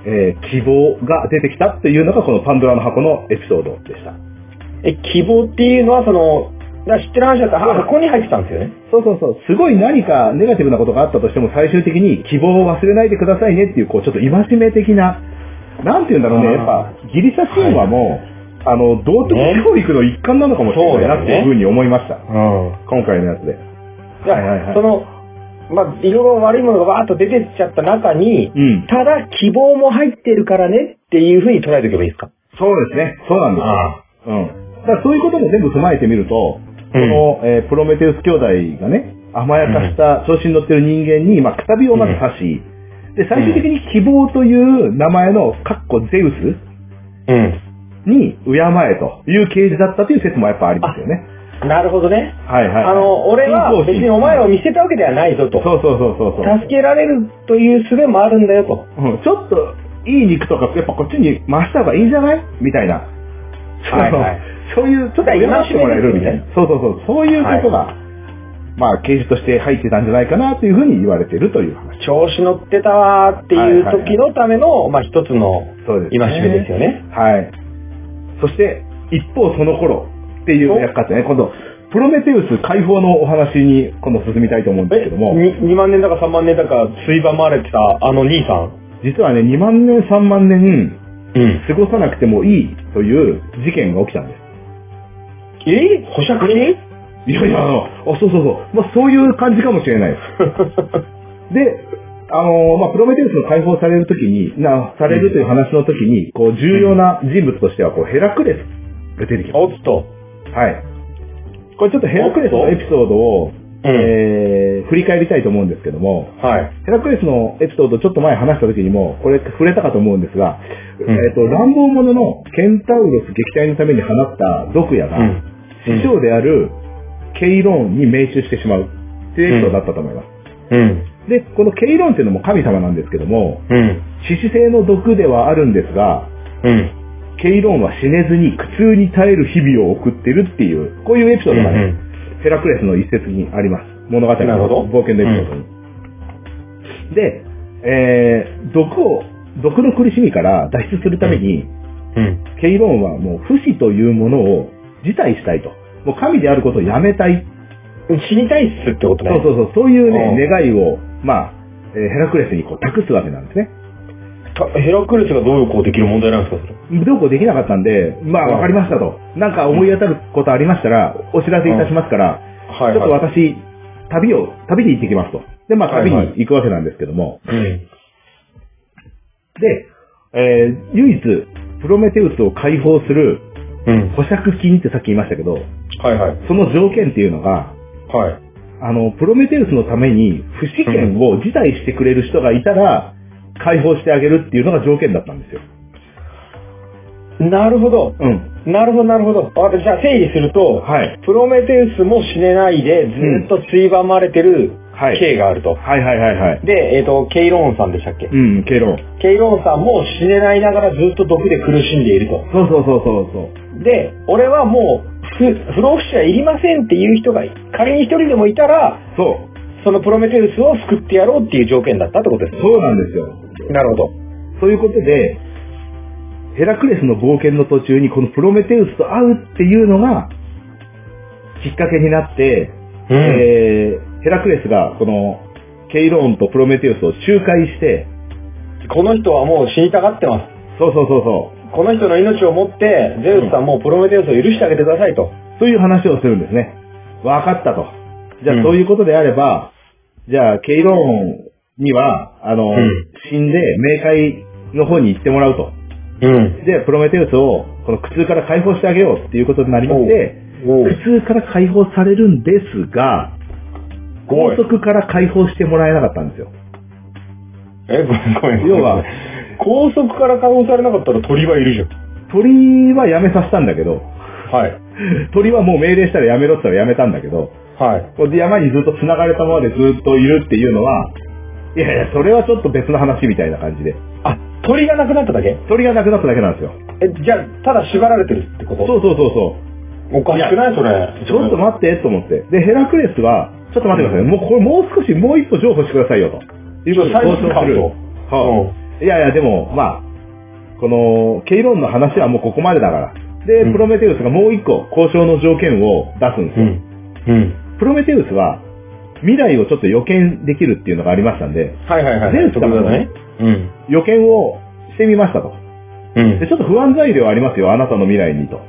A: えー希望が出てきたっていうのがこのパンドラの箱のエピソードでした。
C: え、希望っていうのは、その、だから知ってる話だったら、あ箱に入ってたんですよね。
A: そうそうそう。すごい何かネガティブなことがあったとしても最終的に希望を忘れないでくださいねっていう、こう、ちょっと戒め的な、なんて言うんだろうね。やっ
C: あ
A: ぱ、ギリシャ神話も、あの、道徳
C: ね
A: 教育の一環なのかもしれないなっていうふうに思いました。
C: うん。
A: 今回のやつで。
C: じゃあ、
A: はいはいはい
C: その、まあ、いろいろ悪いものがわーっと出てっちゃった中に、
A: うん。
C: ただ希望も入ってるからねっていうふうに捉えておけばいいですか
A: そうですね。そうなんです。
C: ああ。
A: うん。だからそういうことも全部踏まえてみると、この、えープロメテウス兄弟がね、甘やかした、調子に乗ってる人間に、まあ、くたびをまず刺し、で、最終的に希望という名前の、カッコゼウス
C: うん。
A: に敬えという形示だったという説もやっぱありますよね。
C: なるほどね。
A: はいはい。
C: あの、俺は別にお前らを
A: 見
C: 見捨てたわけではないぞと。
A: そうそうそうそうそう。
C: 助けられるという術もあるんだよと。
A: うんちょっと、いい肉とか、やっぱこっちに回した方がいいんじゃないみたいな。
C: はいはい
A: そのそういう、ちょっと上回してもらえるみたいな。そうそうそう。そういうことが、まあ、刑事として入ってたんじゃないかなというふうに言われてるという話。
C: 調子乗ってたわーっていう時のための、まあ一つの
A: そうです、
C: 今しめですよね。
A: はい。そして、一方その頃っていう役割でね、今度、プロメテウス解放のお話に今度進みたいと思うんですけども、
C: に 2, 万年だか3万年だか吸いばまれてたあの兄さん。
A: 実はね、2万年3万年
C: うん。
A: 過ごさなくてもいいという事件が起きたんです。
C: え保釈に
A: いやいや、あのあそうそうそう。まあ、そういう感じかもしれないです。で、あのーまあ、プロメテウスの解放されるときに、な、されるという話のときに、こう、重要な人物としては、こう、ヘラクレスが出てきま
C: おっと。
A: す。はい。これちょっとヘラクレスのエピソードを、
C: うん。
A: えー、振り返りたいと思うんですけども、
C: はい。
A: ヘラクレスのエピソードちょっと前話したときにも、これ触れたかと思うんですが、
C: ん
A: えっ、と、乱暴者のケンタウロス撃退のために放った毒矢が、
C: うん。
A: 師匠であるケイローンに命中してしまうっていうエピソードだったと思います。
C: うん。
A: で、このケイローンっていうのも神様なんですけども、
C: うん。
A: 獅子性の毒ではあるんですが、
C: うん。
A: ケイローンは死ねずに苦痛に耐える日々を送ってるっていう、こういうエピソードがね、ヘラクレスの一節にあります。物語の
C: なるほど
A: 冒険のエピソードに。で、えー、毒を、毒の苦しみから脱出するために、
C: うん。
A: ケイローンはもう不死というものを辞退したいと。もう神であることをやめたい
C: うん。死にたいっすってことね。
A: そうそうそう、そういうね、
C: うん
A: 願いを、まあ、えーヘラクレスにこう託すわけなんですね。
C: たヘラクレスがどういうこうできる問題なんですか、それ。
A: どうこうできなかったんで、まあ、
C: うん
A: わかりましたと。なんか思い当たることありましたら、お知らせいたしますから、
C: は
A: ちょっと私、旅を、旅に行ってきますと。で、まあ、旅に行くわけなんですけども。
C: うん。
A: で、えー唯一、プロメテウスを解放する
C: うん。
A: 保釈金ってさっき言いましたけど、
C: はいはい。
A: その条件っていうのが、
C: はい。
A: あの、プロメテウスのために不死権を辞退してくれる人がいたら、解放してあげるっていうのが条件だったんですよ。
C: なるほど。
A: うん。
C: なるほど、なるほど。わかったじゃあ整理すると、
A: はい。
C: プロメテウスも死ねないで、ずーっとついばまれてる
A: はい。
C: 刑があると。
A: はいはいはいはい。
C: で、えっ、と、ケイローンさんでしたっけ
A: うん、ケイロン。
C: ケイローンさんも死ねないながらずっと毒で苦しんでいると。
A: そうそうそうそうそう。
C: で、俺はもう、ふ不老不死はいりませんっていう人が、仮に一人でもいたら、
A: そ
C: そのプロメテウスを救ってやろうっていう条件だったってことです
A: う。。そうなんですよ。
C: なるほど。
A: そういうことで、ヘラクレスの冒険の途中にこのプロメテウスと会うっていうのが、きっかけになって、
C: うん
A: えー、ヘラクレスがこの、ケイローンとプロメテウスを仲介して、
C: この人はもう死にたがってます。
A: そうそうそうそう。
C: この人の命をもって、ゼウスさんもうプロメテウスを許してあげてくださいと。
A: そういう話をするんですね。わかったと。じゃ
C: う
A: あ、
C: ん
A: そういうことであれば、じゃあ、ケイローンには、あの、
C: ん
A: 死んで、冥界の方に行ってもらうと。
C: うん。
A: で、プロメテウスを、この苦痛から解放してあげようっていうことになりまして、
C: おう
A: 苦痛から解放されるんですが、
C: お
A: 拘
C: い
A: 束から解放してもらえなかったんですよ。
C: え、ごめんごめん。
A: 要は、
C: 高速から解放されなかったら鳥はいるじゃん。
A: 鳥はやめさせたんだけど、
C: はい。
A: 鳥はもう命令したらやめろって言ったらやめたんだけど、
C: はい。
A: こうで山にずっと繋がれたままでずっといるっていうのは、いやいや、それはちょっと別の話みたいな感じで。
C: あ、鳥がなくなっただけ
A: 鳥がなくなっただけなんですよ。
C: え、じゃあ、ただ縛られてるってこ
A: そ
C: と
A: うそうそうそ
C: おかしくないそれ。
A: う。ちょっと待って、と思って。で、ヘラクレスは、ちょっと待ってください。もうこれもう少し、もう一歩譲歩してくださいよ、と。いうことで
C: 最
A: 交
C: 終
A: 渉す
C: 回
A: る。
C: と。
A: はあいやいや、でも、まあ、この、ケイロンの話はもうここまでだから。で、
C: うん
A: プロメテウスがもう一個、交渉の条件を出すんです
C: う
A: よ。
C: ん。うん。
A: プロメテウスは、未来をちょっと予見できるっていうのがありましたんで、
C: はいはいはい。
A: ゼウスだもんね
C: ね。うん。
A: 予見をしてみましたと。
C: うん
A: で、。ちょっと不安材料ありますよ、あなたの未来にと。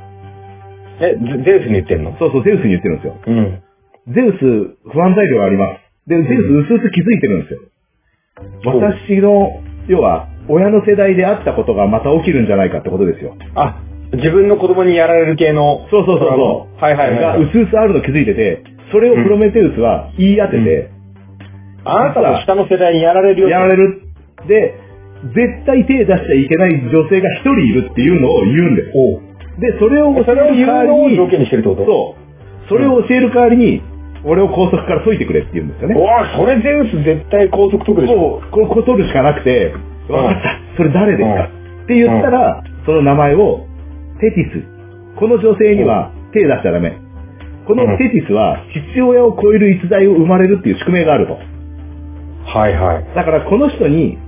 C: え、ゼゼウスに言ってんの
A: そうそう、ゼウスに言ってるんですよ。
C: うん。
A: ゼウス、不安材料あります。で、ゼウス、
C: う
A: うすうす気づいてるんですよ。
C: うん
A: 私の、要は、親の世代であったことがまた起きるんじゃないかってことですよ。
C: あ、自分の子供にやられる系の。
A: そうそうそうそう。
C: はいはい
A: が、
C: は
A: う
C: い。
A: すうすあるの気づいてて、それをプロメテウスは言い当てて、
C: あなたの下の世代にやられるよ。
A: やられるで、絶対手出しちゃいけない女性が一人いるっていうのを言うんです。
C: おう
A: で、それを
C: そ
A: 教
C: れを
A: える
C: 言
A: 代
C: うの
A: わ
C: を
A: り
C: 条
A: に、
C: 件にしてるってこと
A: そう。それを教える代わりに、俺を高速から解いてくれって言うんですよね。
C: わあ、それゼウス絶対高速得でしょ。
A: もう、これ、こ取るしかなくて、わかった、それ誰ですか、って言ったら、その名前を、テティス。この女性には手出しちゃダメ。こ
C: うん
A: のテティスは、父親を超える逸材を生まれるっていう宿命があると。
C: はいはい。
A: だから、この人に、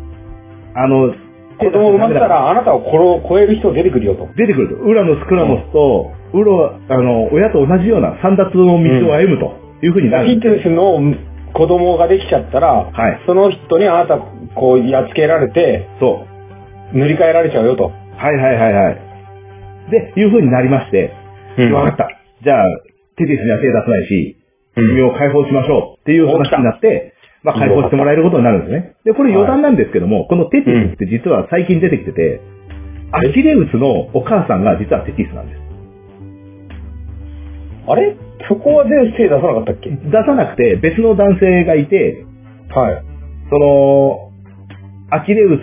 A: あの、
C: 子供生まれたら、あなたをこれを超える人出てくるよと。
A: 出てくると。ウラノス、クラノスと、ウロ、あの、親と同じような三奪の道を歩むというふうになる。
C: ヒテスの子供ができちゃったら、
A: はい
C: その人にあなた、こう、やっつけられて、
A: そう。
C: 塗り替えられちゃうよと。
A: はいはいはいはい。で、いう風になりまして、
C: うん
A: わかった。じゃあ、テティスには手出さないし、
C: うん
A: 君を解放しましょうっていう話になって、まあ解放してもらえることになるんですね。で、これ余談なんですけども、このテティスって実は最近出てきてて、アキレウスのお母さんが実はテティスなんです。
C: あれそこはゼウス手出さなかったっけ
A: 出さなくて別の男性がいて、
C: はい。
A: その、アキレウ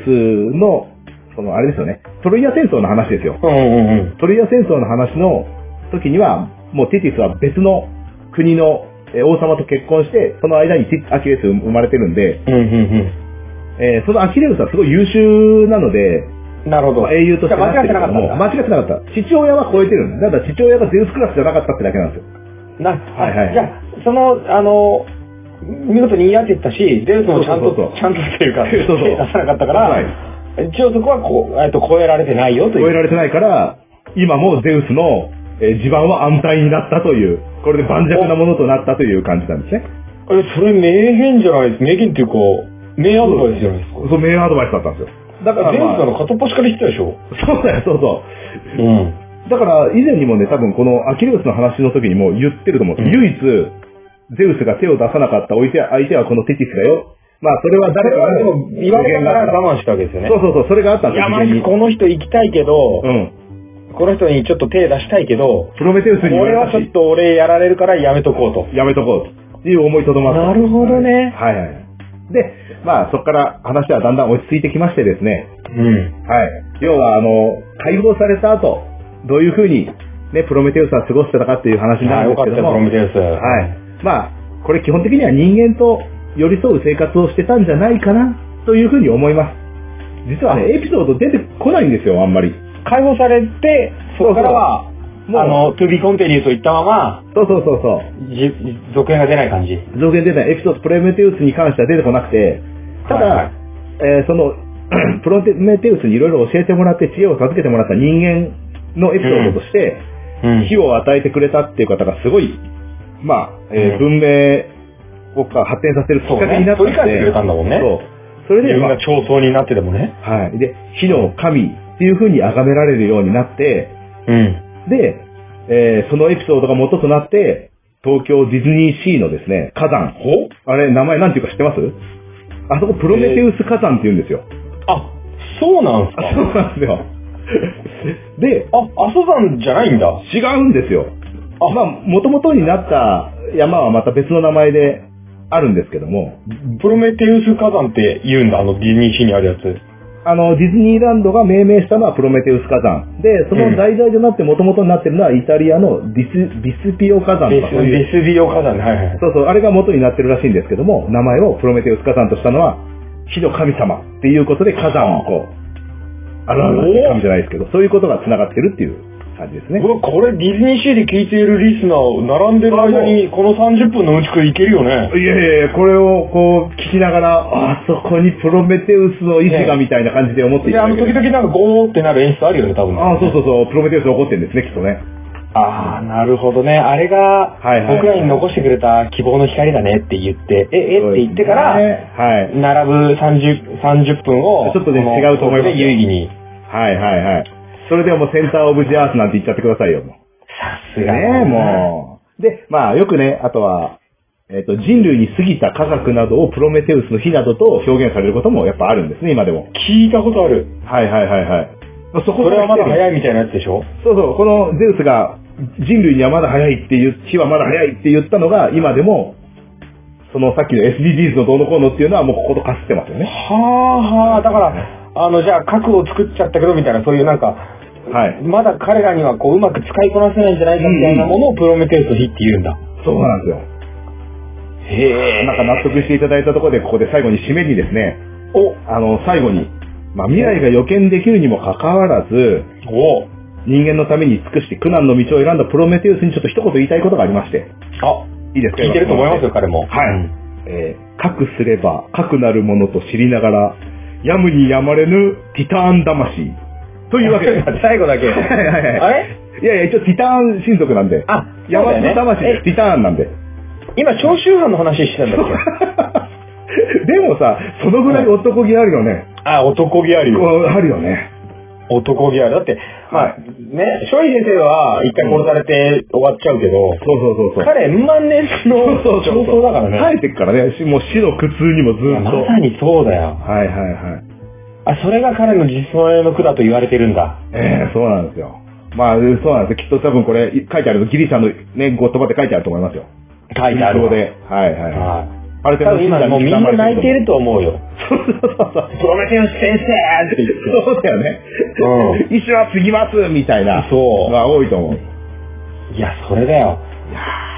A: スの、そのあれですよね、トロイア戦争の話ですよ。
C: うんうんうん。
A: トリア戦争の話の時には、もうテティスは別の国のえー王様と結婚して、その間にティアキレウス生まれてるんで、
C: うんうん
A: えーそのアキレウスはすごい優秀なので、
C: うん。なるほど。
A: 英雄として
C: じゃあ間
A: っ
C: 違ってて
A: る
C: なか
A: けど
C: った
A: も
C: んだ。
A: 間違ってなかった。父親は超えてるんだ。だから父親がゼウスクラスじゃなかったってだけなんですよ。
C: な、
A: はいはい
C: じゃあ、その、あの、見事に言い合ってったし、ゼウスもちゃんと、
A: そうそうそう
C: ちゃんとっていうか、
A: そうそう
C: 手出さなかったから、
A: はい
C: 一応そこはこう、えっと、超えられてないよ
A: 超
C: という。
A: えられてないから、今もゼウスの、えー地盤は安泰になったという、これで盤石なものとなったという感じなんですね。
C: え、それ名言じゃないです。名言っていうか、名アドバイスじゃないですか。
A: そう、名アドバイスだったんですよ。だから、
C: ゼウス
A: まあ
C: の片っ端から言ってたでしょ。
A: そうだよ、そうそう。
C: うん。
A: だから、以前にもね、多分このアキレウスの話の時にも言ってると思うんです、唯一、ゼウスが手を出さなかった相手は相手はこのテティスだよ。まあ、それは
C: そ
A: 誰
C: れ
A: か
C: はでも、言われたから
A: があっ
C: 我慢したわけですよ
A: た
C: ね。
A: そうそうそう、それがあったん
C: い
A: ですよ、
C: や、マジ
A: 事前に
C: この人行きたいけど、
A: うん。
C: この人にちょっと手出したいけど、
A: プロメテウスに言わ
C: 俺
A: れ
C: は
A: た
C: ちょっ
A: し、
C: と俺やられるからやめとこうと。
A: やめとこうという思いとどまった。
C: なるほどね
A: はいはい。で、まあ、そこから話はだんだん落ち着いてきましてですね。
C: うん。
A: はい。要は、あの、解放された後、どういうふうに、ね、プロメテウスは過ごしてたかっていう話にな
C: あ
A: るん
C: よ
A: で
C: か
A: す
C: った
A: け
C: よ、
A: ども、
C: プロメテウス。
A: は。い。まあ、これ基本的には人間と寄り添う生活をしてたんじゃないかな、というふうに思います。実はね、エピソード出てこないんですよ、あんまり。
C: 解放されて、そこからは、
A: もう
C: あの、トゥビコンテニューといったまま、
A: そうそうそうそ
C: じ続編が出ない感じ。
A: う。増減出ないエピソード、プロメテウスに関しては出てこなくて、ただ、
C: はいはい
A: えーその、 プロメテウスにいろいろ教えてもらって知恵を授けてもらった人間のエピソードとして、
C: うん
A: 火を与えてくれたっていう方がすごい、まあ、えー
C: う
A: 文明を発展させるきっかけになったんで、
C: そうね取り返してくれたんだもんね
A: そう。それで、
C: 自分
A: まあ
C: が長僧になってでもね。
A: はい。で、火の神っていう風に崇められるようになって、
C: うん。
A: で、えーそのエピソードが元となって、東京ディズニーシーのですね、火山。
C: ほ
A: あれ、名前なんていうか知ってますあそこプロメテウス火山って言うんですよ。
C: あ、そうなんすか。
A: そうなんです よ。で、
C: あ、阿蘇山じゃないんだ。
A: 違うんですよ。
C: あ
A: まあ、元々になった山はまた別の名前であるんですけども、
C: プロメテウス火山って言うんだ、あのディズニーシーにあるやつ。
A: あの、ディズニーランドが命名したのはプロメテウス火山。で、その題材となって元々になってるのはイタリアのディス、ディスピオ火山
C: ベ
A: とか
C: ス、
A: そういう。
C: ベスビオ火山ね。はいはい。
A: そうそう、あれが元になってるらしいんですけども、名前をプロメテウス火山としたのは、火の神様っていうことで火山をこう、表してる神じゃないですけど、そういうことが繋がってるっていう感じですね
C: う。わ、これディズニーシーで聞いているリスナー、並んでる間にこの30分のうちくいけるよ
A: い
C: ね。
A: やいやいや、これをこう聞きながら、あそこにプロメテウスの意志がみたいな感じで思ってい
C: で、
A: た
C: あ
A: だ
C: の、
A: け
C: 時
A: る。
C: 々なんかゴーってなる演出あるよね、多分。
A: あそうそうそう、プロメテウス怒ってるんですね、きっとね。
C: ああ、なるほどね。あれが、
A: はいはい
C: 僕らに残してくれた希望の光だねって言って、え、えって言ってから、
A: ねはい。
C: 並ぶ 30, 30分を、
A: ちょっとね
C: この
A: 違うと思いますよ
C: ここで有意義に。
A: はいはいはい。それでもうセンターオブジェアースなんて言っちゃってくださいよ、も
C: さ
A: う。ね
C: すがだな
A: え、もう。で、まあよくね、あとは、えっ、と、人類に過ぎた科学などをプロメテウスの火などと表現されることもやっぱあるんですね、今でも。
C: 聞いたことある。
A: はいはいはいはい。まあそ
C: そ
A: こ
C: れはまだ
A: い。
C: 早いみたいなやつでしょ
A: そうそう、このゼウスが人類にはまだ早いっていう、火はまだ早いって言ったのが今でも、そのさっきの SDGs のどうのこうのっていうのはもうこことかすってますよね。
C: はあはあ、だから、あの、じゃあ核を作っちゃったけどみたいな、そういうなんか、
A: はい。
C: まだ彼らにはこう、うまく使いこなせないんじゃないかみたいなものをプロメテウス比って言うんだ。
A: そうなんですよ。
C: へ
A: なんか納得していただいたところで、ここで最後に締めにですね、
C: お、
A: あの、最後に、まあ、未来が予見できるにもかかわらず、
C: お
A: 人間のために尽くして苦難の道を選んだプロメテウスにちょっと一言言いたいことがありまして、
C: あ、
A: いいですか
C: 聞いてると思いますよ、
A: か
C: 彼も。。
A: はいえー、かくすれば、かくなるものと知りながら、やむにやまれぬティターン魂。というわけで
C: 最後だけ。
A: はいはいはい
C: あれ
A: いやいや、一応ティターン親族なんで。
C: あ、
A: ヤ
C: そう
A: マ
C: だよね
A: の魂で
C: え
A: す。ティターンなんで。
C: 今、長州藩の話してたんだっけ
A: でもさ、そのぐらい男 気あるよね。
C: あ、男気あるよ。
A: あるよね。
C: 男気ある。だって、まあ、
A: は
C: ね、松陰先生は一回殺されて終わっちゃうけど、
A: そうそうそうそう。
C: 彼、万年の
A: そうそうそう
C: 長僧だからね。
A: 生えてっからね。しもう死の苦痛にもず
C: いや
A: っ
C: ま
A: と。
C: さにそうだよ。
A: はいはいはい。
C: あ、それが彼の実相の句だと言われてるんだ。
A: ええそうなんですよ。まあ、そうなんですよ。きっと多分これ、い書いてあると、ギリシャのね、言葉で書いてあると思いますよ。
C: 書いてある
A: 語
C: わ。
A: で。はいはいはい。
C: はい。
A: ある
C: 多分今、もうみんな泣いて
A: る。
C: ると思うよ。
A: そうそうそう。
C: プロメテウス先生って言って。
A: そうだよね。
C: う
A: 一緒は継ぎますみたいな。
C: そう
A: が多いと思う。
C: ん。いや、それだよ。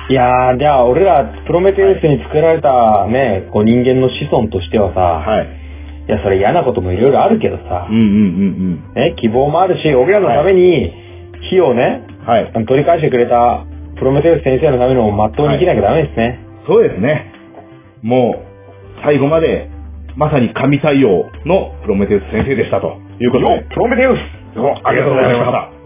C: いやー、じゃあ俺ら、プロメテウスに作られたね、こう人間の子孫としてはさ、
A: はい。
C: いや、それ嫌なこともいろいろあるけどさ
A: うん、うん
C: ね、希望もあるし、俺らのために火をね、
A: うんうん。はい。
C: 取り返してくれたプロメテウス先生のためのまっとうに生きなきゃダメですね。
A: そうですね。もう、最後まで、まさに神対応のプロメテウス先生でしたということで。
C: プロメテウス
A: ありがとうございました。